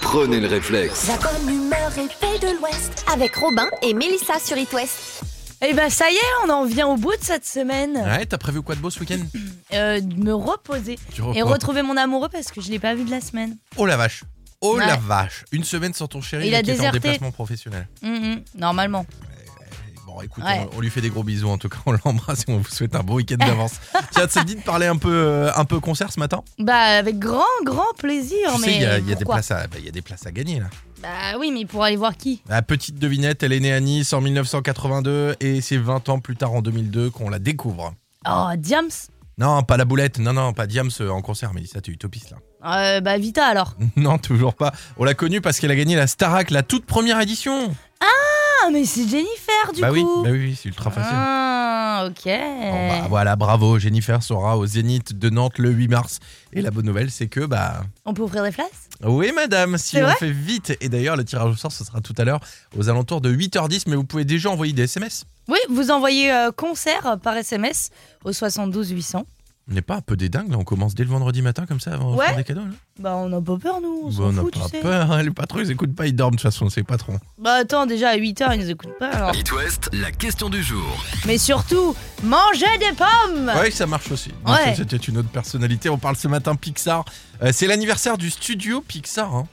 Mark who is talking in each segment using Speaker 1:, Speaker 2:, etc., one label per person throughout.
Speaker 1: Prenez le réflexe.
Speaker 2: La bonne humeur est faite de l'Ouest avec Robin et Mélissa sur It West.
Speaker 3: Eh ben ça y est, on en vient au bout de cette semaine
Speaker 4: Ouais, t'as prévu quoi de beau ce week-end
Speaker 3: Euh, de me reposer
Speaker 4: Tu
Speaker 3: et
Speaker 4: reprends.
Speaker 3: retrouver mon amoureux parce que je l'ai pas vu de la semaine.
Speaker 4: Oh la vache Oh la
Speaker 3: Ouais.
Speaker 4: vache Une semaine sans ton chéri
Speaker 3: Il a
Speaker 4: qui est en
Speaker 3: déserté.
Speaker 4: déplacement professionnel.
Speaker 3: Hum, hum, normalement.
Speaker 4: Et Bon, écoute,
Speaker 3: Ouais.
Speaker 4: on, on lui fait des gros bisous en tout cas, on l'embrasse et on vous souhaite un bon week-end d'avance. Tiens, ça te dit de parler un peu, euh, un peu concert ce matin
Speaker 3: Bah avec grand grand plaisir.
Speaker 4: Tu
Speaker 3: mais
Speaker 4: sais, il y a, il y a des
Speaker 3: pourquoi
Speaker 4: places à, bah, il y a des places à gagner là.
Speaker 3: Bah oui, mais pour aller voir qui
Speaker 4: La petite devinette, elle est née à Nice en 1982 et c'est 20 ans plus tard en 2002 qu'on la découvre.
Speaker 3: Oh Diams.
Speaker 4: Non, pas la boulette, non, non, pas Diams euh, en concert, mais ça, t'es utopiste là.
Speaker 3: Euh, bah Vita alors.
Speaker 4: Non, toujours pas. On l'a connue parce qu'elle a gagné la Starac, la toute première édition.
Speaker 3: Ah mais c'est Jennifer du
Speaker 4: bah,
Speaker 3: coup.
Speaker 4: oui, bah oui, oui, c'est ultra facile.
Speaker 3: Ah ok.
Speaker 4: Bon, bah, voilà, bravo, Jennifer sera au Zénith de Nantes le 8 mars. Et la bonne nouvelle, c'est que, bah.
Speaker 3: On peut ouvrir des places
Speaker 4: Oui, madame, si
Speaker 3: C'est
Speaker 4: on
Speaker 3: vrai
Speaker 4: fait vite. Et d'ailleurs, le tirage au sort, ce sera tout à l'heure aux alentours de 8h10, mais vous pouvez déjà envoyer des SMS.
Speaker 3: Oui, vous envoyez euh, concert par SMS au 72 800.
Speaker 4: On n'est pas un peu des dingues, là, on commence dès le vendredi matin comme ça avant de
Speaker 3: Ouais.
Speaker 4: faire des cadeaux. Là.
Speaker 3: Bah on n'a pas peur nous, on
Speaker 4: Bah, on
Speaker 3: s'en
Speaker 4: n'a
Speaker 3: fout tu
Speaker 4: pas
Speaker 3: sais.
Speaker 4: peur, hein, les patrons, ils écoutent pas, ils dorment de toute façon, c'est les patrons.
Speaker 3: Bah attends, déjà à 8h ils nous écoutent pas hein. alors.
Speaker 1: It West, la question du jour.
Speaker 3: Mais surtout, mangez des pommes
Speaker 4: Ouais, ça marche aussi.
Speaker 3: Bah.
Speaker 4: Non,
Speaker 3: Ouais.
Speaker 4: ça, C'était une autre personnalité. On parle ce matin Pixar. Euh, c'est l'anniversaire du studio Pixar. hein.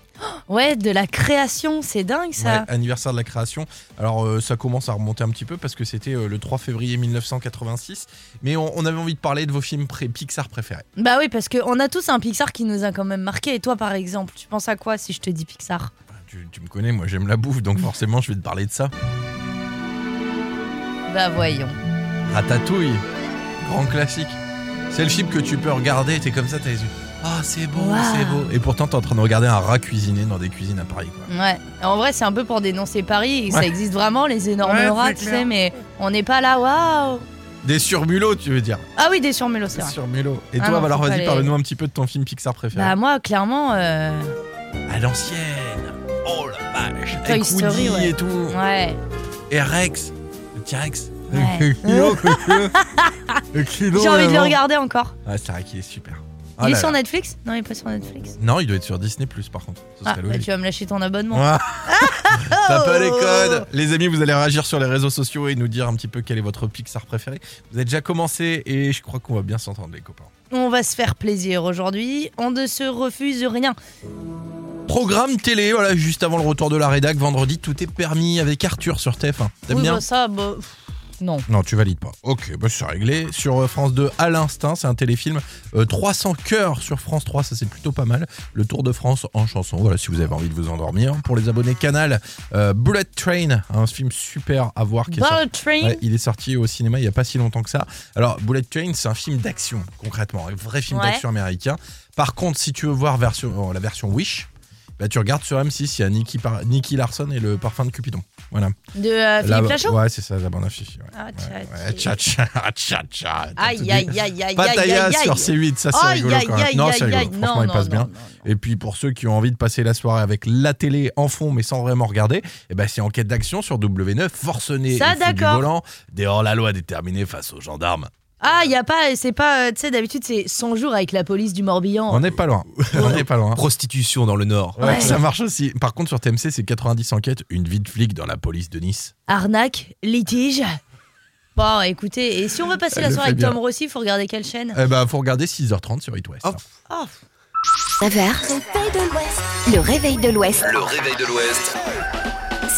Speaker 3: Ouais, de la création, c'est dingue ça.
Speaker 4: Ouais, anniversaire de la création. Alors, euh, ça commence à remonter un petit peu parce que c'était euh, le 3 février 1986. Mais on, on avait envie de parler de vos films pré- Pixar préférés.
Speaker 3: Bah oui, parce qu'on a tous un Pixar qui nous a quand même marqué. Et toi par exemple, tu penses à quoi si je te dis Pixar
Speaker 4: Bah, Tu, tu me connais, moi j'aime la bouffe, donc forcément je vais te parler de ça.
Speaker 3: Bah voyons.
Speaker 4: Ratatouille, grand classique. C'est le film que tu peux regarder, t'es comme ça, t'as les yeux. Ah, c'est beau,
Speaker 3: Waouh.
Speaker 4: c'est beau. Et pourtant, t'es en train de regarder un rat cuisiner dans des cuisines à Paris. quoi.
Speaker 3: Ouais, en vrai c'est un peu pour dénoncer Paris. et Ça
Speaker 4: Ouais.
Speaker 3: existe vraiment, les énormes
Speaker 4: Ouais,
Speaker 3: rats,
Speaker 4: c'est
Speaker 3: tu
Speaker 4: clair.
Speaker 3: sais, mais on n'est pas là, waouh
Speaker 4: Des surmulots, tu veux dire.
Speaker 3: Ah oui, des surmulots, c'est
Speaker 4: Bien
Speaker 3: vrai.
Speaker 4: sûr, Mélo. Et
Speaker 3: Ah
Speaker 4: toi,
Speaker 3: non,
Speaker 4: alors
Speaker 3: faut pas
Speaker 4: vas-y,
Speaker 3: les-
Speaker 4: parle-nous un petit peu de ton film Pixar préféré.
Speaker 3: Bah moi, clairement, euh,
Speaker 4: à l'ancienne. Oh la vache.
Speaker 3: Toy
Speaker 4: Avec
Speaker 3: Story,
Speaker 4: Woody
Speaker 3: ouais.
Speaker 4: et tout.
Speaker 3: ouais.
Speaker 4: Et Rex. Le petit Rex.
Speaker 3: Ouais.
Speaker 4: Le kilo, le kilo. Le kilo,
Speaker 3: J'ai envie de le
Speaker 4: vraiment.
Speaker 3: regarder encore.
Speaker 4: Ouais, c'est vrai qu'il est super. euh, Ah
Speaker 3: Il est
Speaker 4: là
Speaker 3: sur
Speaker 4: là.
Speaker 3: Netflix Non, il est pas sur Netflix.
Speaker 4: Non, il doit être sur Disney, par contre. Ce
Speaker 3: Ah, Oh.
Speaker 4: serait
Speaker 3: bah,
Speaker 4: logique.
Speaker 3: tu vas me lâcher ton abonnement.
Speaker 4: Ah. T'as pas les codes Les amis, vous allez réagir sur les réseaux sociaux et nous dire un petit peu quel est votre Pixar préféré. Vous avez déjà commencé et je crois qu'on va bien s'entendre les copains.
Speaker 3: On va se faire plaisir aujourd'hui. On ne se refuse rien.
Speaker 4: Programme télé, voilà, juste avant le retour de la rédac, vendredi, tout est permis avec Arthur sur TF1. T'aimes
Speaker 3: Oui,
Speaker 4: bien
Speaker 3: bah, ça, bah, pff, non.
Speaker 4: Non, tu valides pas. Ok, bah c'est réglé. Sur euh, France 2, à l'instinct, c'est un téléfilm. Euh, 300 cœurs sur France 3, ça c'est plutôt pas mal. Le Tour de France en chanson, voilà, si vous avez envie de vous endormir. Pour les abonnés Canal, euh, Bullet Train, un film super à voir qui est sorti.
Speaker 3: Bullet Train.
Speaker 4: Ouais, il est sorti au cinéma il n'y a pas si longtemps que ça. Alors, Bullet Train, c'est un film d'action, concrètement, un vrai film
Speaker 3: Ouais.
Speaker 4: d'action américain. Par contre, si tu veux voir version, euh, la version Wish, bah, tu regardes sur M6, il y a Nicky, Par- Nicky Larson et le parfum de Cupidon. Voilà.
Speaker 3: De euh,
Speaker 4: La-
Speaker 3: Philippe Lachaud
Speaker 4: Ouais, c'est ça, la bande à Fifi. ouais.
Speaker 3: Ah, tcha,
Speaker 4: Ouais,
Speaker 3: tcha.
Speaker 4: ouais, tcha, tcha, tcha, tcha. T'as tout
Speaker 3: Aïe,
Speaker 4: dit.
Speaker 3: aïe, aïe, aïe, aïe, aïe,
Speaker 4: Pataya
Speaker 3: aïe,
Speaker 4: sur
Speaker 3: aïe.
Speaker 4: C8, ça c'est
Speaker 3: Aïe,
Speaker 4: rigolo
Speaker 3: aïe,
Speaker 4: quand même.
Speaker 3: aïe,
Speaker 4: Non,
Speaker 3: aïe,
Speaker 4: c'est rigolo.
Speaker 3: aïe,
Speaker 4: Franchement,
Speaker 3: non,
Speaker 4: il passe
Speaker 3: non,
Speaker 4: bien.
Speaker 3: non, non.
Speaker 4: Et puis pour ceux qui ont envie de passer la soirée avec la télé en fond mais sans vraiment regarder, eh ben c'est Enquête d'action sur W9, Forcené
Speaker 3: Ça,
Speaker 4: et Fous du
Speaker 3: d'accord.
Speaker 4: volant, des hors-la-loi déterminés face aux gendarmes.
Speaker 3: Ah, il y a pas, c'est pas, euh, tu sais, d'habitude c'est 100 jours avec la police du Morbihan.
Speaker 4: On n'est pas loin. On n'est pas loin.
Speaker 5: prostitution dans le Nord.
Speaker 3: Oh. Ouais.
Speaker 4: Ça marche aussi. Par contre sur TMC, c'est 90 enquêtes, une vie de flic dans la police de Nice.
Speaker 3: Arnaque, litige. Bon, écoutez, et si on veut passer
Speaker 4: Elle
Speaker 3: la
Speaker 4: le
Speaker 3: soirée
Speaker 4: fait
Speaker 3: avec
Speaker 4: bien.
Speaker 3: Tom Rossi, faut regarder quelle chaîne
Speaker 4: Eh ben faut regarder 6h30 sur It West.
Speaker 5: Oh.
Speaker 4: hein.
Speaker 3: Oh,
Speaker 2: Réveil de l'Ouest. Le réveil de l'Ouest
Speaker 1: Le réveil de l'Ouest.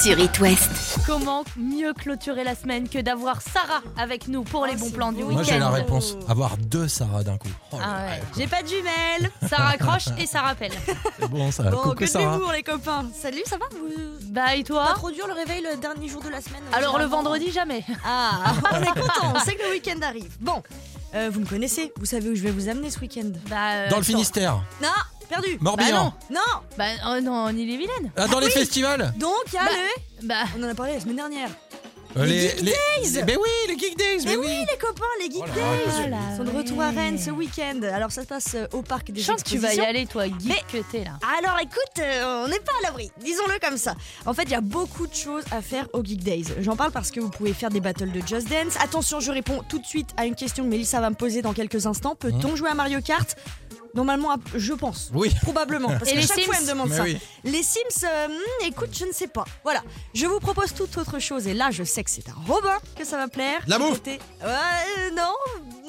Speaker 2: sur It West.
Speaker 3: Comment mieux clôturer la semaine que d'avoir Sarah avec nous pour les bons plans du
Speaker 5: Moi j'ai la
Speaker 3: week-end
Speaker 5: réponse. Avoir deux Sarah d'un coup. Oh,
Speaker 3: Ah ouais, j'ai pas de jumelles. Ça raccroche et ça rappelle.
Speaker 5: c'est bon ça.
Speaker 6: Bon,
Speaker 5: Ah, Coucou
Speaker 6: Oh, que de
Speaker 5: Sarah.
Speaker 6: l'humour les copains Salut, ça va Vous-
Speaker 3: Bah et
Speaker 6: Pas
Speaker 3: toi
Speaker 6: trop dur le réveil le dernier jour de la semaine
Speaker 3: Alors le
Speaker 6: généralement.
Speaker 3: vendredi jamais.
Speaker 6: Ah, on est content, on sait que le week-end arrive. Bon, euh, vous me connaissez, vous savez où je vais vous amener ce week-end.
Speaker 3: Bah, euh,
Speaker 5: Dans le
Speaker 3: attends.
Speaker 5: Finistère.
Speaker 6: Non, perdu
Speaker 5: Morbihan.
Speaker 6: Non
Speaker 3: Bah oh non, en Ille-et-Vilaine.
Speaker 5: Ah, dans les festivals.
Speaker 6: Donc, il y a
Speaker 3: Bah,
Speaker 6: le-
Speaker 3: Bah
Speaker 6: On en a parlé la semaine dernière.
Speaker 5: Euh,
Speaker 6: Les Geek Days.
Speaker 5: Mais oui, les Geek Days. Mais
Speaker 6: Mais
Speaker 5: oui.
Speaker 6: oui, les copains, les Geek
Speaker 5: Oh là là,
Speaker 6: Days
Speaker 3: qu'est-ce que-
Speaker 6: sont de retour à Rennes ce week-end. Alors, ça se passe euh, au parc des
Speaker 3: je sens que tu vas y
Speaker 6: Expositions.
Speaker 3: aller toi, geek que t'es là.
Speaker 6: Alors écoute, euh, on n'est pas à l'abri, disons-le comme ça. En fait, il y a beaucoup de choses à faire au Geek Days. J'en parle parce que vous pouvez faire des battles de Just Dance. Attention, je réponds tout de suite à une question que Mélissa va me poser dans quelques instants. Peut-on jouer à Mario Kart Normalement, à- je pense.
Speaker 5: Hein Oui.
Speaker 6: Probablement. Parce
Speaker 3: Et
Speaker 6: que
Speaker 3: les
Speaker 6: chaque
Speaker 3: Sims
Speaker 6: fois, elle me demande
Speaker 5: Mais
Speaker 6: ça.
Speaker 5: oui.
Speaker 6: Les Sims, euh, hmm, écoute, je ne sais pas. Voilà. Je vous propose toute autre chose. Et là, je sais que c'est un Robin que ça va plaire.
Speaker 5: La bouffe.
Speaker 6: Côté- Ouais, non.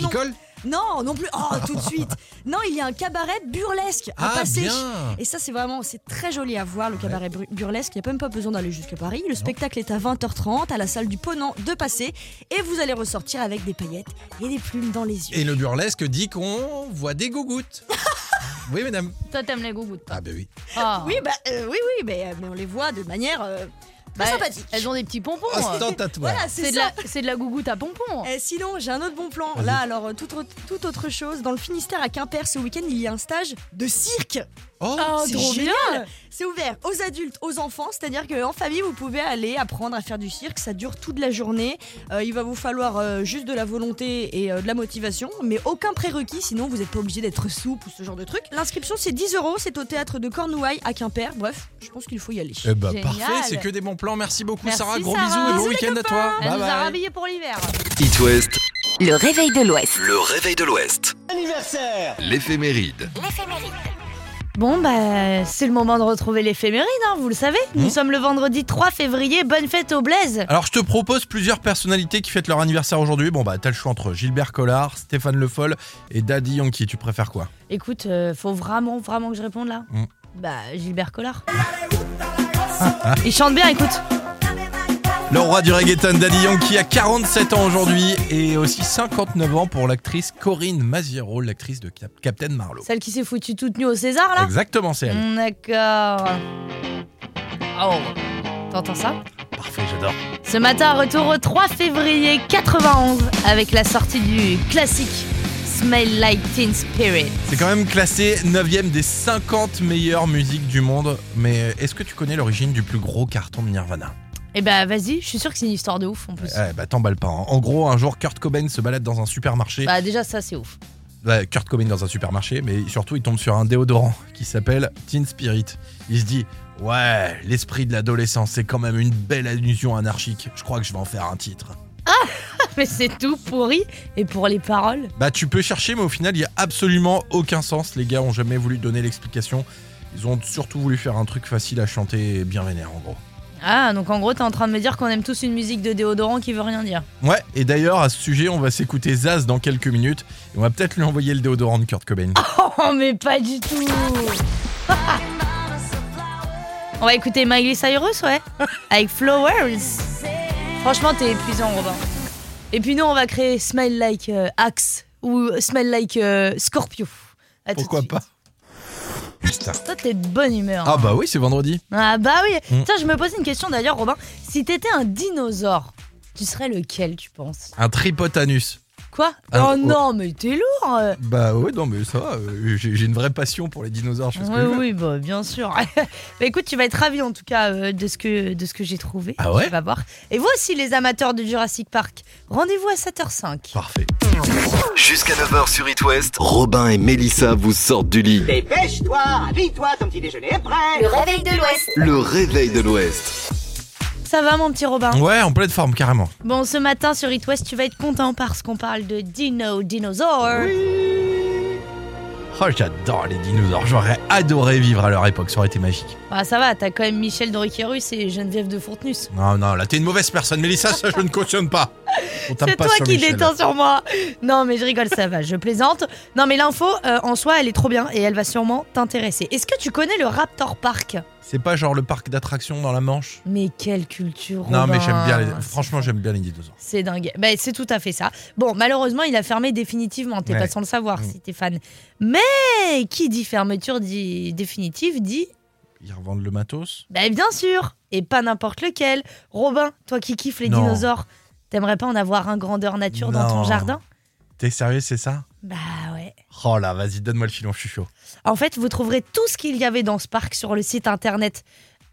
Speaker 6: Non.
Speaker 5: Picole
Speaker 6: Non, non plus. Oh, tout de suite. Non, il y a un cabaret burlesque à
Speaker 5: Ah,
Speaker 6: passer.
Speaker 5: bien.
Speaker 6: Et ça, c'est vraiment, c'est très joli à voir, le cabaret bru- burlesque. Il n'y a même pas besoin d'aller jusque Paris. Le spectacle est à 20h30 à la salle du Ponant de Passé. Et vous allez ressortir avec des paillettes et des plumes dans les yeux.
Speaker 5: Et le burlesque dit qu'on voit des gougouttes. oui, madame.
Speaker 3: Toi, t'aimes les gougouttes, toi.
Speaker 5: Ah, bah oui.
Speaker 3: Ah.
Speaker 6: Oui, bah, euh, oui, oui, mais, euh, mais on les voit de manière euh, très
Speaker 3: Bah,
Speaker 6: sympathique.
Speaker 3: Elles ont des petits pompons.
Speaker 5: Oh,
Speaker 3: hein.
Speaker 5: Ostentatoire.
Speaker 6: Voilà,
Speaker 3: C'est
Speaker 6: c'est
Speaker 3: de,
Speaker 6: ça.
Speaker 3: la- c'est de la gougoute à pompons.
Speaker 6: Eh, sinon, j'ai un autre bon plan. Là, alors, euh, tout, autre- tout autre chose. Dans le Finistère à Quimper, ce week-end, il y a un stage de cirque.
Speaker 5: Oh,
Speaker 3: Oh,
Speaker 6: c'est
Speaker 3: trop
Speaker 6: génial.
Speaker 3: bien.
Speaker 6: C'est ouvert aux adultes, aux enfants, c'est-à-dire qu'en famille, vous pouvez aller apprendre à faire du cirque, ça dure toute la journée, Euh, il va vous falloir euh, juste de la volonté et euh, de la motivation, mais aucun prérequis, sinon vous n'êtes pas obligé d'être souple ou ce genre de truc. L'inscription c'est 10 euros, c'est au théâtre de Cornouailles à Quimper, bref, je pense qu'il faut y aller.
Speaker 5: Eh bah,
Speaker 3: Génial.
Speaker 5: parfait, c'est que des bons plans. Merci beaucoup,
Speaker 3: Merci,
Speaker 5: Sarah. Gros
Speaker 3: Sarah.
Speaker 5: bisous et bon
Speaker 3: Bisous,
Speaker 5: week-end à toi.
Speaker 3: Elle
Speaker 5: Bye
Speaker 3: nous a
Speaker 5: bye.
Speaker 3: rhabillés pour l'hiver.
Speaker 1: It West,
Speaker 2: Le réveil de l'Ouest.
Speaker 1: le réveil de l'Ouest. Anniversaire L'éphéméride.
Speaker 3: Bon, bah, c'est le moment de retrouver l'éphéméride, hein, vous le savez.
Speaker 5: Mmh.
Speaker 3: Nous sommes le vendredi 3 février. Bonne fête au Blaise.
Speaker 4: Alors, je te propose plusieurs personnalités qui fêtent leur anniversaire aujourd'hui. Bon, bah, t'as le choix entre Gilbert Collard, Stéphane Le Foll et Daddy Yankee. Tu préfères quoi
Speaker 3: Écoute, euh, faut vraiment, vraiment que je réponde là.
Speaker 5: Mmh.
Speaker 4: Mm.
Speaker 3: Bah, Gilbert Collard. Il chante bien, écoute.
Speaker 4: Le roi du reggaeton, Daddy Yankee, a 47 ans aujourd'hui et aussi 59 ans pour l'actrice Corinne Maziero, l'actrice de Cap- Captain Marlowe.
Speaker 3: Celle qui s'est foutue toute nue au César, là.
Speaker 4: Exactement, c'est elle.
Speaker 3: Mm, D'accord. Oh, t'entends ça
Speaker 4: Parfait, j'adore.
Speaker 3: Ce matin, retour au 3 février 91 avec la sortie du classique Smell Like Teen Spirit.
Speaker 4: C'est quand même classé 9ème des 50 meilleures musiques du monde. Mais est-ce que tu connais l'origine du plus gros carton de Nirvana
Speaker 3: Eh bah vas-y, je suis sûr que c'est une histoire de ouf en plus.
Speaker 4: Eh bah t'emballes pas. hein. En gros, un jour, Kurt Cobain se balade dans un supermarché.
Speaker 3: Bah déjà ça c'est ouf.
Speaker 4: Bah, Kurt Cobain dans un supermarché, mais surtout il tombe sur un déodorant qui s'appelle Teen Spirit. Il se dit Ouais, l'esprit de l'adolescence, c'est quand même une belle allusion anarchique. Je crois que je vais en faire un titre.
Speaker 3: Mais c'est tout pourri et pour les paroles.
Speaker 4: Bah tu peux chercher mais au final il y a absolument aucun sens. Les gars ont jamais voulu donner l'explication. Ils ont surtout voulu faire un truc facile à chanter et bien vénère en gros.
Speaker 3: Ah donc en gros t'es en train de me dire qu'on aime tous une musique de déodorant qui veut rien dire.
Speaker 4: Ouais, et d'ailleurs à ce sujet on va s'écouter Zaz dans quelques minutes et on va peut-être lui envoyer le déodorant de Kurt Cobain.
Speaker 3: Oh mais pas du tout On va écouter Miley Cyrus ouais Avec Flowers Franchement t'es épuisant Robin Et puis nous on va créer Smell Like euh, Axe ou Smell Like euh, Scorpio À tout de
Speaker 4: Pourquoi
Speaker 3: suite.
Speaker 4: pas Putain.
Speaker 3: Toi t'es de bonne humeur
Speaker 4: Ah
Speaker 3: hein.
Speaker 4: bah oui c'est vendredi.
Speaker 3: Ah bah oui
Speaker 4: Mm.
Speaker 3: Tiens je me posais une question d'ailleurs Robin Si t'étais un dinosaure tu serais lequel tu penses
Speaker 4: Un tripotanus.
Speaker 3: Quoi
Speaker 4: Ah,
Speaker 3: Oh
Speaker 4: oh.
Speaker 3: non mais t'es lourd euh.
Speaker 4: Bah ouais non mais ça va, euh, j'ai j'ai une vraie passion pour les dinosaures. Je fais ce que
Speaker 3: Oui,
Speaker 4: je veux.
Speaker 3: oui, bah, bien sûr. bah, écoute, tu vas être ravi en tout cas euh, de ce que, de ce que j'ai trouvé.
Speaker 4: Ah ouais
Speaker 3: Tu vas voir. Et vous aussi, les amateurs de Jurassic Park, rendez-vous à 7h05.
Speaker 4: Parfait.
Speaker 1: Jusqu'à 9h sur It West, Robin et Melissa vous sortent du lit.
Speaker 7: Dépêche-toi, Ah, habille-toi, ton petit déjeuner est prêt.
Speaker 2: Le réveil de l'Ouest.
Speaker 1: Le réveil de l'Ouest.
Speaker 3: Ça va, mon petit Robin
Speaker 4: Ouais en pleine forme carrément.
Speaker 3: Bon, ce matin sur It West, tu vas être content parce qu'on parle de Dino Dinosaur.
Speaker 4: Oh j'adore les dinosaures. J'aurais adoré vivre à leur époque. Ça aurait été magique.
Speaker 3: Bah, ça va, t'as quand même Michel Doriquerus et Geneviève de Fontenus.
Speaker 4: Non, non, là, t'es une mauvaise personne, Mélissa, ça, je ne cautionne pas. On tape
Speaker 3: C'est
Speaker 4: pas
Speaker 3: toi
Speaker 4: sur
Speaker 3: qui
Speaker 4: Michel.
Speaker 3: détends sur moi. Non, mais je rigole, ça va, je plaisante. Non, mais l'info euh, en soi, elle est trop bien et elle va sûrement t'intéresser. Est-ce que tu connais le Raptor Park
Speaker 4: C'est pas genre le parc d'attractions dans la Manche
Speaker 3: Mais quelle culture
Speaker 4: Non, mais
Speaker 3: Robin.
Speaker 4: j'aime bien les. Franchement, j'aime bien les dinosaures.
Speaker 3: C'est dingue. Bah, c'est tout à fait ça. Bon, malheureusement, il a fermé définitivement. T'es
Speaker 4: Ouais.
Speaker 3: pas sans le savoir
Speaker 4: Mm.
Speaker 3: si t'es fan. Mais qui dit fermeture dit définitive dit
Speaker 4: Ils revendent le matos
Speaker 3: bah, bien sûr et pas n'importe lequel. Robin, toi qui kiffes les
Speaker 4: Non.
Speaker 3: dinosaures, t'aimerais pas en avoir un grandeur nature dans ton
Speaker 4: Non.
Speaker 3: jardin
Speaker 4: T'es sérieux, c'est ça
Speaker 3: Bah ouais.
Speaker 4: Oh là, vas-y, donne-moi le filon, je suis chaud.
Speaker 3: En fait, vous trouverez tout ce qu'il y avait dans ce parc sur le site internet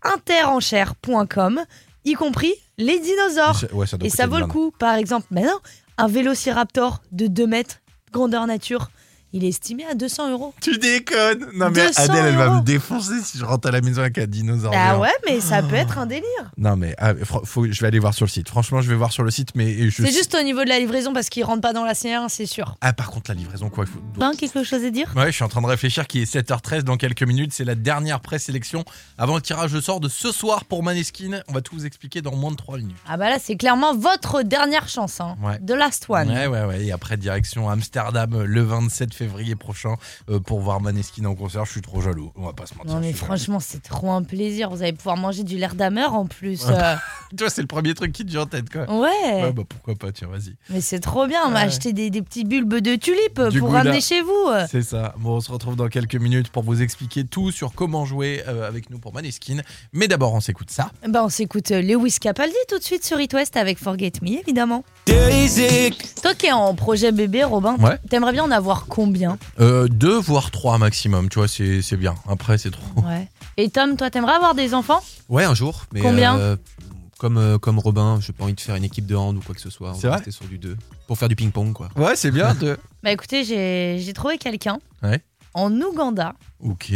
Speaker 3: interenchère.com, y compris les dinosaures.
Speaker 4: Mais ça- ouais, ça
Speaker 3: Oh,
Speaker 4: doit
Speaker 3: Et ça
Speaker 4: coûter
Speaker 3: vaut
Speaker 4: une
Speaker 3: le
Speaker 4: blinde.
Speaker 3: coup, par exemple, maintenant, un vélociraptor de 2 mètres, grandeur nature, Il est estimé à 200 euros.
Speaker 4: Tu déconnes Non mais
Speaker 3: 200
Speaker 4: Adèle, elle va
Speaker 3: euros.
Speaker 4: me défoncer si je rentre à la maison avec un dinosaure.
Speaker 3: Ah
Speaker 4: géant.
Speaker 3: ouais, mais ça peut être un délire.
Speaker 4: Non mais ah, fr- faut- je vais aller voir sur le site. Franchement, je vais voir sur le site, mais je.
Speaker 3: C'est juste au niveau de la livraison parce qu'il rentre pas dans la C1, c'est sûr.
Speaker 4: Ah par contre, la livraison quoi il faut-
Speaker 3: Ben, quelque chose à dire
Speaker 4: Ouais, je suis en train de réfléchir qu'il est 7h13 dans quelques minutes. C'est la dernière présélection avant le tirage au sort de ce soir pour Maneskin. On va tout vous expliquer dans moins de 3 minutes.
Speaker 3: Ah bah là, c'est clairement votre dernière chance. Hein.
Speaker 4: Ouais.
Speaker 3: The last one.
Speaker 4: Ouais, ouais, ouais. Et après, direction Amsterdam euh, le 27 février prochain euh, pour voir Maneskin en concert. Je suis trop jaloux. On va pas se mentir.
Speaker 3: Non mais
Speaker 4: je suis
Speaker 3: franchement, c'est trop un plaisir. Vous allez pouvoir manger du l'air d'amer en plus.
Speaker 4: Ouais.
Speaker 3: euh.
Speaker 4: jaloux. Toi, c'est le premier truc qui te vient en tête, quoi.
Speaker 3: Ouais,
Speaker 4: Ouais, bah pourquoi pas, tiens, vas-y.
Speaker 3: mais c'est trop bien. On va
Speaker 4: Ouais.
Speaker 3: acheter des, des petits bulbes de tulipes
Speaker 4: Du
Speaker 3: pour
Speaker 4: gouda.
Speaker 3: ramener chez vous.
Speaker 4: C'est ça. Bon, on se retrouve dans quelques minutes pour vous expliquer tout sur comment jouer euh, avec nous pour Maneskin. Mais d'abord, on s'écoute ça.
Speaker 3: Ben, on s'écoute euh, Lewis Capaldi tout de suite sur It West avec Forget Me, évidemment. Toi qui es en projet bébé, Robin,
Speaker 4: Ouais.
Speaker 3: t'aimerais bien en avoir combien
Speaker 4: Euh, deux, voire trois maximum, tu vois, c'est c'est bien. Après, c'est trop.
Speaker 3: Ouais. Et Tom, toi, t'aimerais avoir des enfants
Speaker 8: Ouais, un jour. Mais
Speaker 3: Combien
Speaker 8: euh, comme, euh, comme Robin, j'ai pas envie de faire une équipe de hand ou quoi que ce soit. On
Speaker 4: C'est
Speaker 8: va
Speaker 4: vrai
Speaker 8: rester sur du 2. Pour faire du ping-pong, quoi.
Speaker 4: Ouais, c'est bien, deux.
Speaker 3: Bah écoutez, j'ai j'ai trouvé quelqu'un
Speaker 4: Ouais.
Speaker 3: en Ouganda.
Speaker 4: Ok.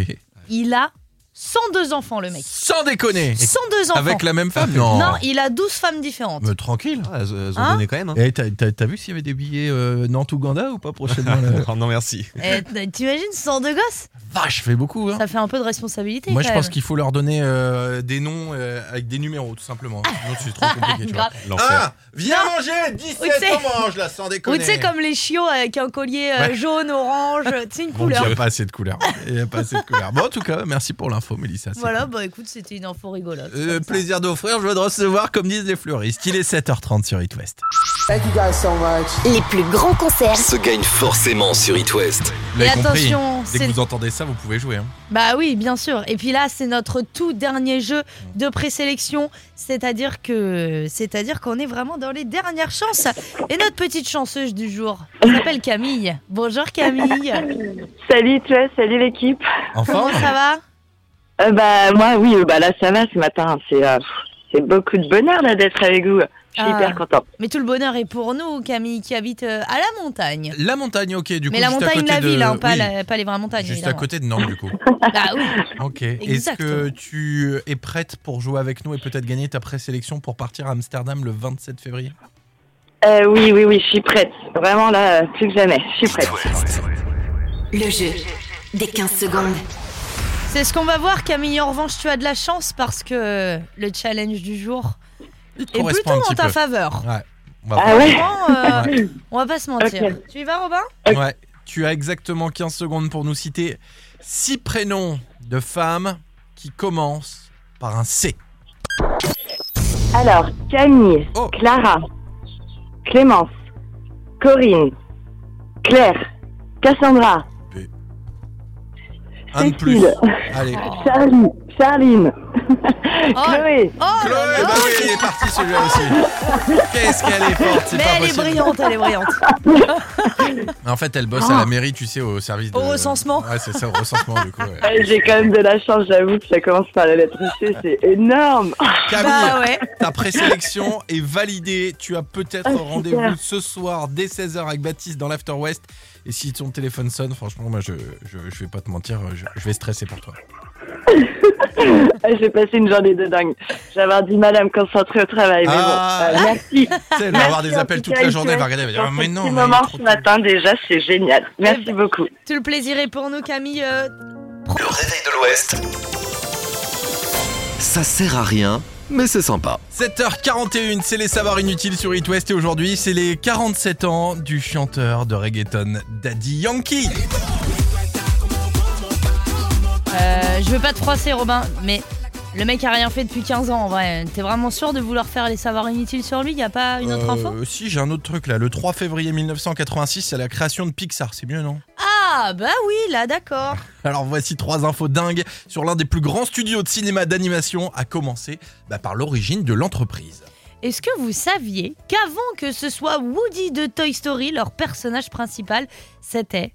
Speaker 3: Il a 102 enfants, le mec.
Speaker 4: Sans déconner
Speaker 3: 102 enfants.
Speaker 4: Avec la Oh. même femme Non.
Speaker 3: Non, il a 12 femmes différentes.
Speaker 4: Mais tranquille.
Speaker 8: Ah, elles, elles ont
Speaker 3: Hein
Speaker 8: donné quand même. hein.
Speaker 4: Et t'as- t'as t'as vu s'il y avait des billets euh, Nantes-Ouganda ou pas prochainement là
Speaker 8: Oh, non, merci.
Speaker 3: Eh, t- T'imagines 102 gosses
Speaker 4: Vache, je fais beaucoup. Hein.
Speaker 3: Ça fait un peu de responsabilité.
Speaker 4: Moi,
Speaker 3: quand
Speaker 4: je pense
Speaker 3: même.
Speaker 4: qu'il faut leur donner euh, des noms euh, avec des numéros, tout simplement. Sinon, c'est trop compliqué. tu vois.
Speaker 3: Ah. Grave.
Speaker 4: Ah, viens
Speaker 3: Non.
Speaker 4: manger
Speaker 3: Ou tu
Speaker 4: 17
Speaker 3: sais-
Speaker 4: on mange là, sans
Speaker 3: Ou
Speaker 4: déconner.
Speaker 3: tu sais, comme les chiots avec un collier euh,
Speaker 4: Ouais.
Speaker 3: jaune, orange, tu sais, une
Speaker 4: Bon, Il
Speaker 3: couleur.
Speaker 4: n'y a pas assez de couleurs. Il n'y a pas assez de couleurs. Bon, en tout cas, merci pour l'info, Mélissa. c'est
Speaker 3: Voilà,
Speaker 4: cool.
Speaker 3: bah écoute, c'était une info rigolote.
Speaker 4: Euh,
Speaker 3: comme ça.
Speaker 4: plaisir d'offrir, je veux de recevoir, comme disent les fleuristes. Il est 7h30 sur It West.
Speaker 2: Les plus grands concerts.
Speaker 1: Se gagne forcément sur It West.
Speaker 4: Vous
Speaker 3: Et
Speaker 4: l'avez compris, hein.
Speaker 3: attention,
Speaker 4: Dès
Speaker 3: c'est.
Speaker 4: que vous entendez ça, vous pouvez jouer. hein.
Speaker 3: Bah oui, bien sûr. Et puis là, c'est notre tout dernier jeu de présélection. C'est-à-dire que. C'est-à-dire qu'on est vraiment dans les dernières chances. Et notre petite chanceuse du jour elle s'appelle Camille. Bonjour Camille.
Speaker 9: Salut toi, salut l'équipe.
Speaker 4: Enfin,
Speaker 3: Comment ça va
Speaker 9: Euh, bah moi oui, euh, bah là ça va ce matin, c'est euh, pff, c'est beaucoup de bonheur là d'être avec vous. Je suis
Speaker 3: Ah.
Speaker 9: hyper contente.
Speaker 3: Mais tout le bonheur est pour nous, Camille, qui habite euh, à la montagne.
Speaker 4: la montagne, ok, du coup.
Speaker 3: Mais la
Speaker 4: juste à
Speaker 3: montagne,
Speaker 4: côté
Speaker 3: la
Speaker 4: de-
Speaker 3: ville, hein, pas,
Speaker 4: oui,
Speaker 3: la- pas les vraies montagnes.
Speaker 4: Juste à
Speaker 3: évidemment.
Speaker 4: côté de Nantes, du coup.
Speaker 3: Bah oui.
Speaker 4: Ok. Est-ce que
Speaker 3: Exactement.
Speaker 4: tu euh, es prête pour jouer avec nous et peut-être gagner ta présélection pour partir à Amsterdam le 27 février
Speaker 9: Euh, oui oui oui, je suis prête. Vraiment là euh, plus que jamais, je suis prête.
Speaker 2: Le jeu des 15 secondes.
Speaker 3: C'est ce qu'on va voir, Camille. En revanche, tu as de la chance parce que le challenge du jour est plutôt
Speaker 4: correspond un
Speaker 3: en
Speaker 4: petit
Speaker 3: ta
Speaker 4: peu.
Speaker 3: faveur.
Speaker 4: On va
Speaker 9: Ah
Speaker 4: voir.
Speaker 9: ouais.
Speaker 3: Bon, euh, on va pas se mentir.
Speaker 9: Ok.
Speaker 3: Tu y vas, Robin
Speaker 4: Ouais. Tu as exactement 15 secondes pour nous citer six prénoms de femmes qui commencent par un C.
Speaker 9: Alors Camille,
Speaker 4: Oh.
Speaker 9: Clara, Clémence, Corinne, Claire, Cassandra,
Speaker 4: Un de plus.
Speaker 9: Cécile.
Speaker 4: Allez.
Speaker 9: Charlie, Charline,
Speaker 3: Oh,
Speaker 9: Chloé.
Speaker 3: oh là
Speaker 4: Chloé,
Speaker 3: là.
Speaker 4: bah oui, il est parti celui-là aussi. Qu'est-ce qu'elle est forte, c'est
Speaker 3: Mais
Speaker 4: pas
Speaker 3: elle est
Speaker 4: possible.
Speaker 3: brillante, elle est brillante.
Speaker 4: En fait, elle bosse à la mairie, tu sais, au service de...
Speaker 3: Ah. Au recensement.
Speaker 4: Ouais, c'est ça, au recensement, du coup. ouais.
Speaker 9: Ouais, J'ai quand même de la chance, j'avoue que ça commence par la lettre C, c'est énorme.
Speaker 4: Camille,
Speaker 3: Bah ouais.
Speaker 4: Ta présélection est validée. Tu as peut-être
Speaker 9: Ah, super.
Speaker 4: rendez-vous ce soir dès 16h avec Baptiste dans l'After West. Et si ton téléphone sonne, franchement, moi, je, je, je vais pas te mentir, je, je vais stresser pour toi.
Speaker 9: Ah, J'ai passé une journée de dingue. J'avais du mal à me concentrer au travail, mais
Speaker 4: Ah.
Speaker 9: bon, euh, merci.
Speaker 4: Tu sais, elle va avoir des
Speaker 9: Merci, en
Speaker 4: appels
Speaker 9: tout
Speaker 4: toute
Speaker 9: cas,
Speaker 4: la journée, elle
Speaker 9: Nicolas,
Speaker 4: va regarder, elle va dire
Speaker 9: Dans
Speaker 4: Ah, mais
Speaker 9: ce
Speaker 4: non,
Speaker 9: petit
Speaker 4: mais il est
Speaker 9: moment
Speaker 4: trop
Speaker 9: ce
Speaker 4: tôt.
Speaker 9: matin déjà, c'est génial. Merci
Speaker 3: Ouais.
Speaker 9: beaucoup.
Speaker 3: Tout le plaisir est pour nous, Camille. Euh,
Speaker 1: Le réveil de l'Ouest. Ça sert à rien, mais c'est sympa.
Speaker 4: 7h41, c'est les savoirs inutiles sur It West et aujourd'hui c'est les 47 ans du chanteur de reggaeton Daddy Yankee.
Speaker 3: euh, je veux pas te froisser, Robin, mais le mec a rien fait depuis 15 ans en vrai. T'es vraiment sûr de vouloir faire les savoirs inutiles sur lui Y a pas Ah, une autre info
Speaker 4: Euh, Si j'ai un autre truc là, le 3 février 1986 c'est la création de Pixar, c'est mieux non
Speaker 3: Ah, bah oui, là, d'accord.
Speaker 4: Alors voici trois infos dingues sur l'un des plus grands studios de cinéma d'animation, à commencer bah, par l'origine de l'entreprise.
Speaker 3: Est-ce que vous saviez qu'avant que ce soit Woody de Toy Story, leur personnage principal, c'était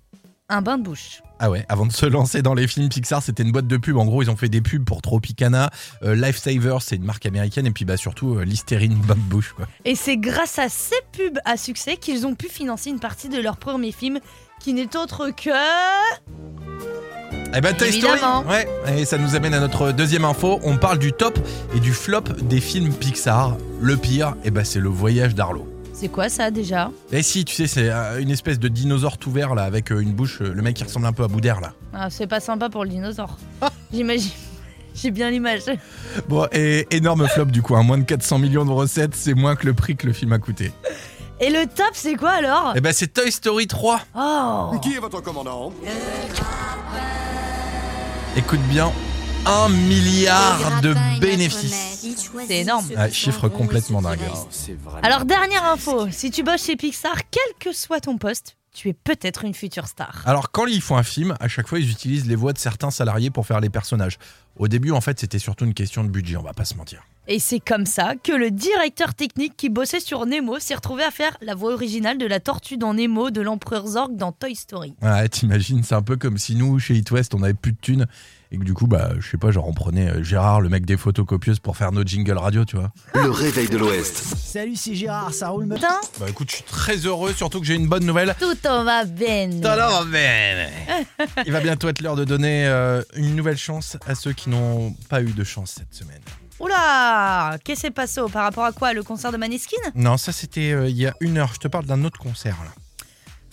Speaker 3: un bain de bouche
Speaker 4: Ah ouais, avant de se lancer dans les films, Pixar c'était une boîte de pub. En gros, ils ont fait des pubs pour Tropicana, euh, Lifesaver c'est une marque américaine, et puis bah surtout euh, Listerine Bob Bush. Quoi.
Speaker 3: Et c'est grâce à ces pubs à succès qu'ils ont pu financer une partie de leur premier film qui n'est autre que.
Speaker 4: Eh ben, Toy Story.
Speaker 3: Évidemment.
Speaker 4: Ouais. Et ça nous amène à notre deuxième info. On parle du top et du flop des films Pixar. Le pire, eh ben, c'est le voyage d'Arlo.
Speaker 3: C'est quoi ça déjà
Speaker 4: Et si, tu sais, c'est euh, une espèce de dinosaure tout vert là, avec euh, une bouche, euh, le mec qui ressemble un peu à Boudère là.
Speaker 3: Ah, C'est pas sympa pour le dinosaure. J'imagine. J'ai bien l'image.
Speaker 4: Bon, et énorme flop du coup, hein. moins de 400 millions de recettes, c'est moins que le prix que le film a coûté.
Speaker 3: Et le top, c'est quoi alors
Speaker 4: Eh ben, c'est Toy Story 3.
Speaker 3: Oh
Speaker 10: Qui est votre commandant
Speaker 4: Écoute bien, 1 milliard de bénéfices.
Speaker 3: C'est énorme.
Speaker 4: Ah, chiffre complètement dingue. hein.
Speaker 3: Alors, dernière info. Si tu bosses chez Pixar, quel que soit ton poste, tu es peut-être une future star.
Speaker 4: Alors quand ils font un film, à chaque fois ils utilisent les voix de certains salariés pour faire les personnages. Au début en fait c'était surtout une question de budget, on va pas se mentir.
Speaker 3: Et c'est comme ça que le directeur technique qui bossait sur Nemo s'est retrouvé à faire la voix originale de la tortue dans Nemo de l'empereur Zorg dans Toy Story.
Speaker 4: Ouais t'imagines, c'est un peu comme si nous chez It West on avait plus de thunes et que du coup bah je sais pas genre on prenait euh, Gérard le mec des photocopieuses pour faire nos jingles radio tu vois.
Speaker 1: Le réveil de l'Ouest.
Speaker 11: Salut, c'est Gérard, ça roule me.
Speaker 3: Putain,
Speaker 4: Bah écoute je suis très heureux surtout que j'ai une bonne nouvelle.
Speaker 3: tout en va bien.
Speaker 4: Alors, ben, Il va bientôt être l'heure de donner euh, une nouvelle chance à ceux qui n'ont pas eu de chance cette semaine.
Speaker 3: Oula Qu'est-ce qui s'est passé au- par rapport à quoi Le concert de Maneskin
Speaker 4: Non ça c'était euh, il y a une heure, je te parle d'un autre concert là.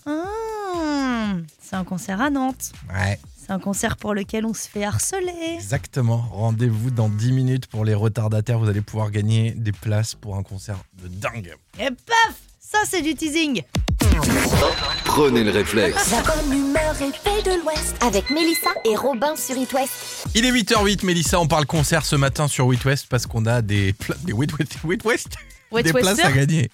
Speaker 3: Ah, C'est un concert à Nantes.
Speaker 4: Ouais.
Speaker 3: C'est un concert pour lequel on se fait harceler.
Speaker 4: Exactement. Rendez-vous dans 10 minutes pour les retardataires. Vous allez pouvoir gagner des places pour un concert de dingue.
Speaker 3: Et paf Ça, c'est du teasing
Speaker 1: Prenez le réflexe.
Speaker 2: La bonne humeur est faite de l'Ouest avec Mélissa et Robin sur It West.
Speaker 4: Il est 8h08, Mélissa. On parle concert ce matin sur Wit West parce qu'on a des, pla- des, Wit West- Wit West
Speaker 3: Wet
Speaker 4: des places
Speaker 3: Wester.
Speaker 4: à gagner.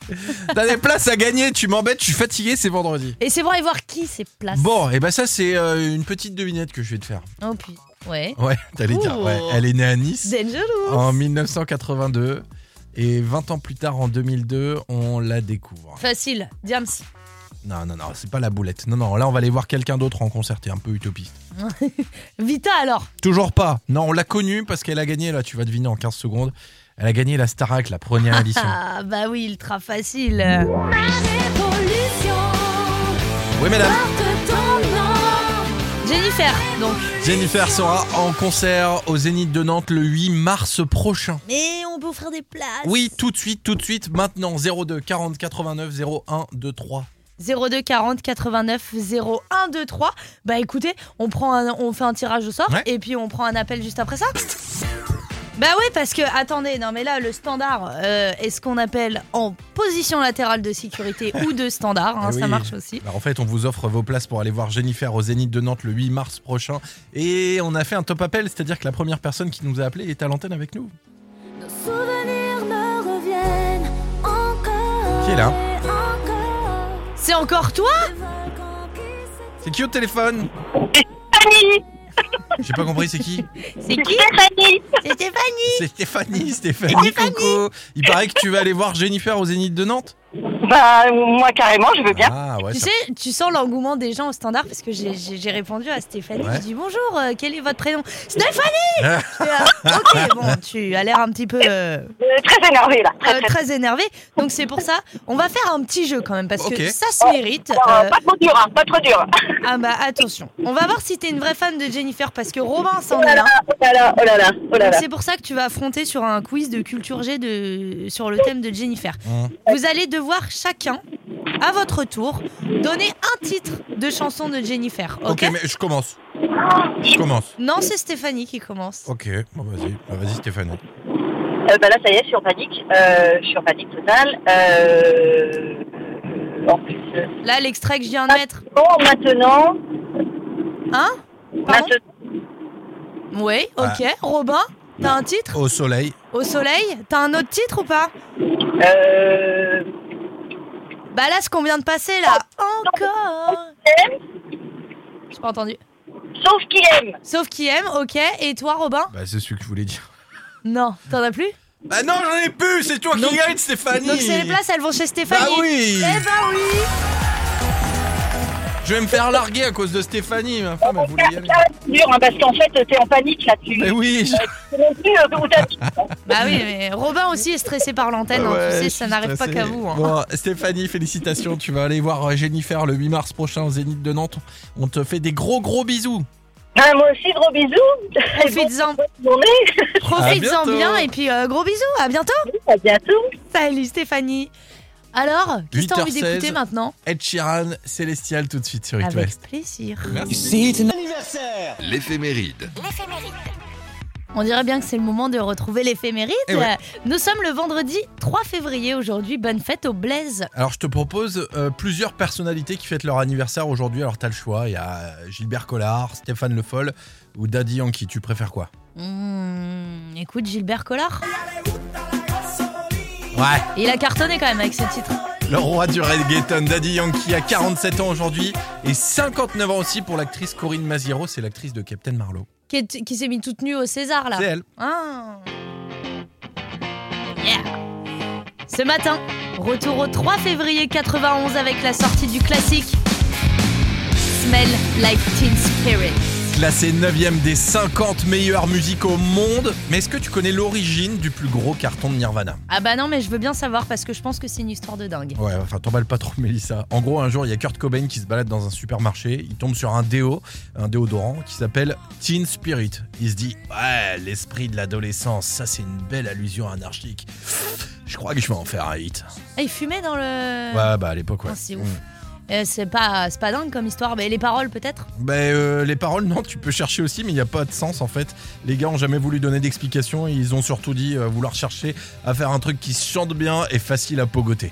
Speaker 4: T'as des places à gagner. Tu m'embêtes, je suis fatigué, c'est vendredi.
Speaker 3: Et c'est bon, et voir qui ces places.
Speaker 4: Bon, et ben ça, c'est euh, une petite devinette que je vais te faire.
Speaker 3: Oh, puis, ouais.
Speaker 4: Ouais, t'allais dire.
Speaker 3: Ouh.
Speaker 4: ouais. Elle est née à Nice.
Speaker 3: Dangerous
Speaker 4: En 1982 et 20 ans plus tard en 2002, on la découvre.
Speaker 3: Facile, Diams.
Speaker 4: Non, non, non, c'est pas la boulette. Non, non, là, on va aller voir quelqu'un d'autre en concert. T'es un peu utopiste.
Speaker 3: Vita alors
Speaker 4: Toujours pas. Non, on l'a connue parce qu'elle a gagné, là, tu vas deviner en 15 secondes. Elle a gagné la Starac, la première édition.
Speaker 3: Ah bah oui, ultra facile
Speaker 4: Oui, madame.
Speaker 3: Jennifer, donc.
Speaker 4: Jennifer sera en concert au Zénith de Nantes le 8 mars prochain.
Speaker 3: Mais on peut offrir des places
Speaker 4: Oui, tout de suite, tout de suite, maintenant. 02 40 89 01 23.
Speaker 3: 02 40 89 01 23. Bah écoutez, on prend un- on fait un tirage au sort
Speaker 4: Ouais.
Speaker 3: et puis on prend un appel juste après ça. Bah oui, parce que attendez, non mais là le standard euh, est ce qu'on appelle en position latérale de sécurité ou de standard, hein,
Speaker 4: Eh
Speaker 3: ça
Speaker 4: oui.
Speaker 3: marche aussi.
Speaker 4: Alors, en fait, on vous offre vos places pour aller voir Jennifer au Zénith de Nantes le 8 mars prochain. Et on a fait un top appel, c'est-à-dire que la première personne qui nous a appelé est à l'antenne avec nous.
Speaker 2: Nos souvenirs me reviennent encore.
Speaker 4: Qui est là
Speaker 2: et encore.
Speaker 3: C'est encore toi
Speaker 2: Des volcans qui s'éteignent.
Speaker 4: C'est qui au téléphone J'ai pas compris, c'est qui
Speaker 3: C'est qui C'est Stéphanie
Speaker 4: C'est Stéphanie, Stéphanie, coucou. Il paraît que tu vas aller voir Jennifer au Zénith de Nantes.
Speaker 9: Bah, moi carrément, je veux bien.
Speaker 4: Ah ouais,
Speaker 3: Tu
Speaker 4: ça-
Speaker 3: sais, tu sens l'engouement des gens au standard parce que j'ai- j'ai j'ai répondu à Stéphanie.
Speaker 4: Ouais.
Speaker 3: J'ai dit bonjour, euh, quel est votre prénom Stéphanie Et, euh, Ok, bon, tu as l'air un petit peu. euh,
Speaker 9: Euh, très énervé là. Très,
Speaker 3: Euh,
Speaker 9: très...
Speaker 3: très énervé. Donc c'est pour ça, on va faire un petit jeu quand même parce
Speaker 4: Ok.
Speaker 3: que ça se mérite.
Speaker 9: Alors,
Speaker 3: Euh,
Speaker 9: Pas trop dur, hein, pas trop dur.
Speaker 3: ah bah attention, on va voir si t'es une vraie fan de Jennifer parce que Robin s'en est là.
Speaker 9: Oh là là, oh là là, oh
Speaker 3: Donc
Speaker 9: là là.
Speaker 3: c'est pour ça que tu vas affronter sur un quiz de culture G de sur le thème de Jennifer.
Speaker 4: Mmh.
Speaker 3: Vous allez devoir chacun à votre tour donner un titre de chanson de Jennifer. Ok.
Speaker 4: Ok, mais je commence. Je commence.
Speaker 3: Non, c'est Stéphanie qui commence.
Speaker 4: Ok, bon, vas-y, Bah, vas-y Stéphanie.
Speaker 9: Euh, bah là, ça y est, je suis en panique. Euh, je suis en panique totale. Euh... En plus, euh,
Speaker 3: Là, l'extrait que je viens de mettre.
Speaker 9: bon, maintenant,
Speaker 3: Hein Pardon
Speaker 9: maintenant,
Speaker 3: Oui, ok. Robin, t'as un titre
Speaker 4: Au soleil.
Speaker 3: Au soleil T'as un autre titre ou pas
Speaker 9: euh...
Speaker 3: Bah là, ce qu'on vient de passer là. Encore. J'ai Ah. pas entendu.
Speaker 9: sauf qui aime.
Speaker 3: Sauf qui aime, ok. Et toi, Robin
Speaker 4: Bah c'est ce que je voulais dire.
Speaker 3: Non, t'en as plus
Speaker 4: Bah non, j'en ai plus, c'est toi qui gagne Stéphanie.
Speaker 3: Eh ben Donc c'est les places, elles vont chez Stéphanie.
Speaker 4: Bah oui.
Speaker 3: Eh bah oui
Speaker 4: Je vais me faire larguer à cause de Stéphanie, ma femme, elle voulait y aller.
Speaker 10: C'est dur, hein, parce qu'en fait, t'es en panique là-dessus.
Speaker 4: Mais oui,
Speaker 10: C'est non plus, euh, où t'as-
Speaker 3: Bah oui, mais Robin aussi est stressé par l'antenne, hein,
Speaker 4: Ouais,
Speaker 3: tu
Speaker 4: je
Speaker 3: sais, ça
Speaker 4: suis
Speaker 3: n'arrive pas
Speaker 4: stressé.
Speaker 3: qu'à vous. hein.
Speaker 4: Bon, Stéphanie, félicitations. Tu vas aller voir euh, Jennifer le 8 mars prochain au Zénith de Nantes. On te fait des gros gros bisous.
Speaker 10: Ah, moi aussi, gros bisous.
Speaker 3: Profites-en. Profites-en
Speaker 4: À bientôt.
Speaker 3: bien et puis euh, gros bisous, à bientôt.
Speaker 10: À bientôt.
Speaker 3: Salut Stéphanie. Alors, qu'est-ce que t'as envie
Speaker 4: 8h16,
Speaker 3: d'écouter maintenant
Speaker 4: Ed Sheeran, Célestial, tout de suite sur It
Speaker 3: Avec
Speaker 4: West.
Speaker 3: plaisir.
Speaker 11: Anniversaire
Speaker 1: L'éphéméride.
Speaker 3: On dirait bien que c'est le moment de retrouver l'éphéméride.
Speaker 4: Eh ouais.
Speaker 3: Nous sommes le vendredi 3 février aujourd'hui. Bonne fête au Blaise.
Speaker 4: Alors, je te propose euh, plusieurs personnalités qui fêtent leur anniversaire aujourd'hui. Alors, t'as le choix. Il y a euh, Gilbert Collard, Stéphane Le Foll ou Daddy Yankee. Tu préfères quoi
Speaker 3: Hmm, écoute, Gilbert Collard,
Speaker 4: Ouais.
Speaker 3: il a cartonné quand même avec ce titre.
Speaker 4: Le roi du reggaeton, Daddy Yankee, a 47 ans aujourd'hui et 59 ans aussi pour l'actrice Corinne Maziero. C'est l'actrice de Captain Marlowe.
Speaker 3: Qui, est- qui s'est mis toute nue au César là.
Speaker 4: C'est elle.
Speaker 3: Ah. Yeah. Ce matin, retour au 3 février 91 avec la sortie du classique Smell Like Teen Spirit.
Speaker 4: Classée 9ème des 50 meilleures musiques au monde. Mais est-ce que tu connais l'origine du plus gros carton de Nirvana
Speaker 3: Ah bah non, mais je veux bien savoir parce que je pense que c'est une histoire de dingue.
Speaker 4: Ouais, enfin, t'emballes pas trop, Mélissa. En gros, un jour, il y a Kurt Cobain qui se balade dans un supermarché. Il tombe sur un déo, un déodorant qui s'appelle Teen Spirit. Il se dit Ouais, l'esprit de l'adolescence, ça, c'est une belle allusion anarchique. Je crois que je vais en faire un hit.
Speaker 3: Ah, il fumait dans le.
Speaker 4: Ouais, bah à l'époque, ouais.
Speaker 3: Ah, c'est ouf.
Speaker 4: Mm.
Speaker 3: Euh, c'est pas, c'est pas dingue comme histoire, mais les paroles peut-être
Speaker 4: Ben, euh, les paroles, non, tu peux chercher aussi, mais il n'y a pas de sens en fait. Les gars ont jamais voulu donner d'explication, ils ont surtout dit euh, vouloir chercher à faire un truc qui se chante bien et facile à pogoter.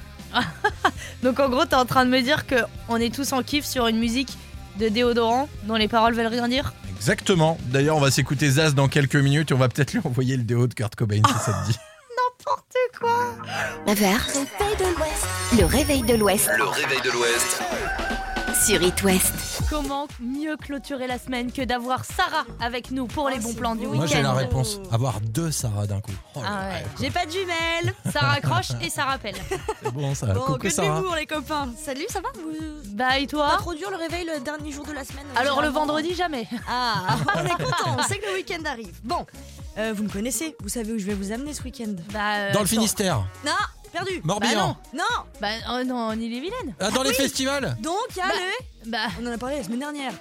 Speaker 3: Donc en gros, t'es en train de me dire que on est tous en kiff sur une musique de déodorant dont les paroles veulent rien dire
Speaker 4: Exactement. D'ailleurs, on va s'écouter Zaz dans quelques minutes et on va peut-être lui envoyer le déo de Kurt Cobain si ça te dit.
Speaker 3: N'importe quoi
Speaker 2: 9h, réveil de l'Ouest. Le réveil de l'Ouest
Speaker 1: Le réveil de l'Ouest.
Speaker 2: sur It West.
Speaker 3: Comment mieux clôturer la semaine que d'avoir Sarah avec nous pour les bons plans du week-end
Speaker 8: Moi j'ai la réponse. Avoir deux Sarah d'un coup. Oh,
Speaker 3: Ah ouais.
Speaker 6: J'ai pas de jumelles.
Speaker 3: Ça raccroche et ça rappelle.
Speaker 8: c'est bon
Speaker 3: Ah,
Speaker 8: ça.
Speaker 6: Bon, que
Speaker 8: Coucou
Speaker 6: de
Speaker 8: Sarah.
Speaker 6: l'humour, les copains. Salut, ça va Vous-
Speaker 3: Bye
Speaker 6: Pas
Speaker 3: Bah, toi
Speaker 6: trop dur le réveil le dernier jour de la semaine euh,
Speaker 3: Alors le
Speaker 6: généralement.
Speaker 3: vendredi jamais.
Speaker 6: Ah, on est content, on sait que le week-end arrive. Bon, euh, vous me connaissez, vous savez où je vais vous amener ce week-end.
Speaker 3: Bah, euh,
Speaker 8: Dans le
Speaker 3: attends.
Speaker 8: Finistère.
Speaker 6: Non, perdu.
Speaker 8: Morbihan.
Speaker 6: Non,
Speaker 3: Bah oh non, en Ille-et-Vilaine.
Speaker 8: Ah, dans les festivals.
Speaker 6: donc il y a
Speaker 3: Bah,
Speaker 6: le-
Speaker 3: Bah
Speaker 6: On en a parlé la semaine dernière.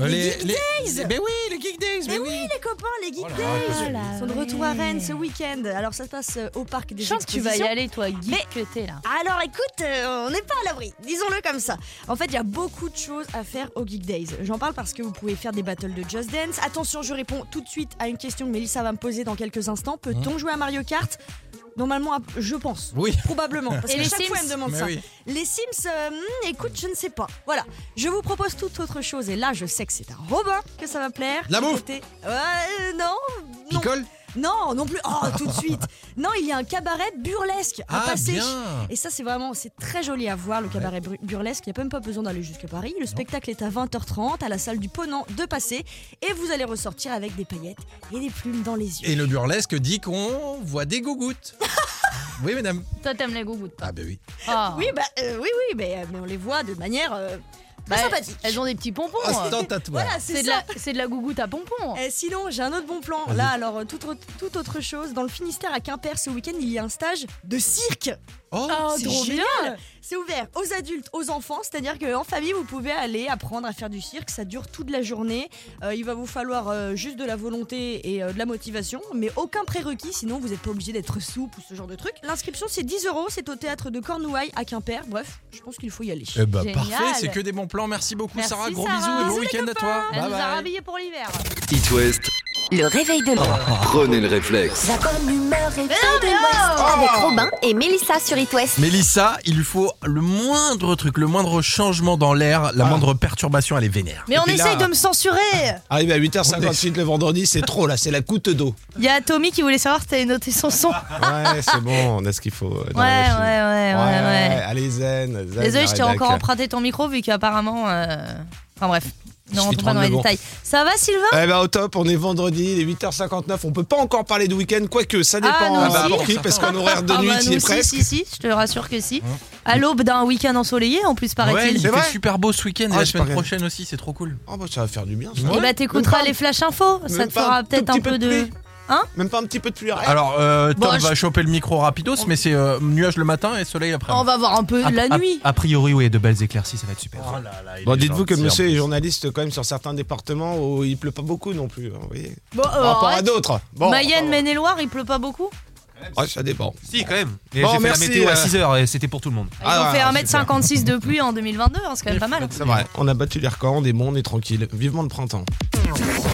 Speaker 8: Euh,
Speaker 6: Les Geek Days.
Speaker 8: Mais oui, les Geek Days.
Speaker 6: Mais oui, les copains, les Geek
Speaker 8: Oh là là,
Speaker 6: Days
Speaker 8: qu'est-ce que
Speaker 6: sont de retour à Rennes ce week-end. Alors ça se passe euh, au parc des
Speaker 3: je pense que tu vas y
Speaker 6: Expositions.
Speaker 3: aller toi, geek
Speaker 6: Mais-
Speaker 3: que t'es là.
Speaker 6: Alors écoute, euh, on n'est pas à l'abri, disons-le comme ça. En fait, il y a beaucoup de choses à faire au Geek Days. J'en parle parce que vous pouvez faire des battles de Just Dance. Attention, je réponds tout de suite à une question que Mélissa va me poser dans quelques instants.
Speaker 8: Hein
Speaker 6: Peut-on jouer à Mario Kart Normalement, je pense.
Speaker 4: Oui.
Speaker 6: Probablement. Parce
Speaker 3: Et
Speaker 6: que
Speaker 3: les
Speaker 6: chaque
Speaker 3: Sims
Speaker 6: fois, elle me demande
Speaker 4: Mais
Speaker 6: ça.
Speaker 4: oui.
Speaker 6: Les Sims, euh, hmm, écoute, je ne sais pas. Voilà, je vous propose toute autre chose. Et là, je sais que c'est à Robin que ça va plaire.
Speaker 4: La bouffe.
Speaker 6: Côté- Euh, non, non.
Speaker 8: Picole.
Speaker 6: Non, non plus. Oh, tout de suite. Non, il y a un cabaret burlesque à
Speaker 8: Ah
Speaker 6: passer.
Speaker 8: bien.
Speaker 6: Et ça, c'est vraiment, c'est très joli à voir, le cabaret bru- burlesque. Il n'y a même pas besoin d'aller jusqu'à Paris. Le spectacle est à 20h30 à la salle du Ponant de Passé. Et vous allez ressortir avec des paillettes et des plumes dans les yeux.
Speaker 5: Et le burlesque dit qu'on voit des gougouttes. oui, madame.
Speaker 3: Toi t'aimes les gougouttes.
Speaker 5: Ah, bah oui.
Speaker 3: Ah.
Speaker 6: Oui, bah, euh, oui, oui, mais, euh, mais on les voit de manière euh, très
Speaker 3: Bah,
Speaker 6: sympathique.
Speaker 3: Elles ont des petits pompons.
Speaker 4: Ah,
Speaker 3: euh.
Speaker 5: Ostentatoire.
Speaker 6: Voilà,
Speaker 3: C'est
Speaker 6: c'est
Speaker 3: de,
Speaker 6: ça.
Speaker 3: la, c'est de la gougoute à pompons.
Speaker 6: Et sinon, j'ai un autre bon plan. Là, alors, euh, toute, autre- toute autre chose. Dans le Finistère à Quimper, ce week-end, il y a un stage de cirque.
Speaker 5: Oh,
Speaker 3: Oh,
Speaker 6: c'est
Speaker 3: trop
Speaker 6: génial.
Speaker 3: bien
Speaker 6: C'est ouvert aux adultes, aux enfants, c'est-à-dire qu'en famille, vous pouvez aller apprendre à faire du cirque, ça dure toute la journée, Euh, il va vous falloir euh, juste de la volonté et euh, de la motivation, mais aucun prérequis, sinon vous n'êtes pas obligé d'être souple ou ce genre de truc. L'inscription c'est 10 euros, c'est au théâtre de Cornouailles à Quimper, bref, je pense qu'il faut y aller.
Speaker 4: Eh bah,
Speaker 3: Génial.
Speaker 4: parfait, c'est que des bons plans. Merci beaucoup,
Speaker 3: Merci,
Speaker 4: Sarah. Gros
Speaker 3: Sarah.
Speaker 4: bisous et bon
Speaker 3: Bisous,
Speaker 4: week-end à toi.
Speaker 3: Ah, Elle
Speaker 4: Bye
Speaker 3: nous a
Speaker 4: bye.
Speaker 3: rhabillés pour l'hiver.
Speaker 1: It West.
Speaker 2: Le réveil de l'Ouest.
Speaker 1: Prenez le réflexe.
Speaker 2: La bonne humeur réveil de l'Ouest. Avec Robin et Mélissa sur It West.
Speaker 4: Mélissa, il lui faut le moindre truc, le moindre changement dans l'air, la moindre perturbation, elle est vénère.
Speaker 3: Mais on
Speaker 5: puis là-
Speaker 3: essaye de me censurer
Speaker 5: Arrivé à 8h58 le vendredi, c'est trop là, c'est la goutte d'eau.
Speaker 3: Il y a Tommy qui voulait savoir si t'avais noté son son.
Speaker 12: Ah,
Speaker 3: Ouais,
Speaker 12: Ouais, c'est bon, on a ce qu'il faut. euh,
Speaker 3: ouais, ouais,
Speaker 12: dans la machine.
Speaker 3: ouais, ouais.
Speaker 12: Allez, zen. zen
Speaker 3: Désolé, je t'ai
Speaker 12: la rédac.
Speaker 3: encore emprunté ton micro vu qu'apparemment. euh, Enfin bref.
Speaker 12: Je
Speaker 3: Non, on
Speaker 12: suis
Speaker 3: rentre pas dans les
Speaker 12: 32 bon.
Speaker 3: détails. Ça va, Sylvain
Speaker 12: Eh ben au top, on est vendredi, il est 8h59, on peut pas encore parler de week-end, quoique ça dépend
Speaker 3: Ah non, si.
Speaker 12: pour qui, parce qu'en horaire de
Speaker 3: Ah
Speaker 12: nuit,
Speaker 3: bah,
Speaker 12: il
Speaker 3: nous,
Speaker 12: est
Speaker 3: si,
Speaker 12: presque.
Speaker 3: Si, si, je te rassure que si.
Speaker 12: Hein
Speaker 3: À l'aube d'un week-end ensoleillé, en plus,
Speaker 4: Ouais,
Speaker 3: paraît-il.
Speaker 4: il fait super beau ce week-end et
Speaker 12: Ah,
Speaker 4: la
Speaker 12: j'ai
Speaker 4: semaine
Speaker 12: pas regardé.
Speaker 4: prochaine aussi, c'est trop cool.
Speaker 12: Oh bah ça va faire du bien
Speaker 3: Et bah, t'écouteras les flash infos. Ça
Speaker 12: Même
Speaker 3: te
Speaker 12: pas
Speaker 3: fera
Speaker 12: un
Speaker 3: peut-être
Speaker 12: tout
Speaker 3: un
Speaker 12: petit
Speaker 3: peu
Speaker 12: peu de
Speaker 3: de.
Speaker 12: pluie.
Speaker 3: Hein
Speaker 12: Même pas un petit peu de pluie, rien.
Speaker 4: Alors, euh, Tom
Speaker 3: Bon, je-
Speaker 4: va choper le micro rapidos, mais c'est euh, nuage le matin et soleil après.
Speaker 3: On va voir un
Speaker 12: Ah,
Speaker 3: peu la nuit.
Speaker 8: A priori, oui, de belles éclaircies, ça va être super.
Speaker 12: Bon, dites-vous que le monsieur est journaliste quand même sur certains départements où il pleut pas beaucoup non plus, hein, vous voyez.
Speaker 3: Bon,
Speaker 12: Par
Speaker 3: euh,
Speaker 12: rapport à
Speaker 3: arrête.
Speaker 12: d'autres. Bon,
Speaker 3: Mayenne, Maine-et-Loire, Bah, il pleut pas beaucoup
Speaker 12: ouais, ça dépend.
Speaker 8: Si, quand même.
Speaker 12: Bon,
Speaker 8: J'ai fait la
Speaker 12: merci,
Speaker 8: météo
Speaker 12: euh.
Speaker 8: à 6h et c'était pour tout le monde.
Speaker 3: Ils
Speaker 12: Ah,
Speaker 3: ont fait 1m56 de pluie en 2022, hein, c'est quand même pas mal.
Speaker 12: C'est vrai, on a battu les records, on est bon, on est tranquille. Vivement le printemps.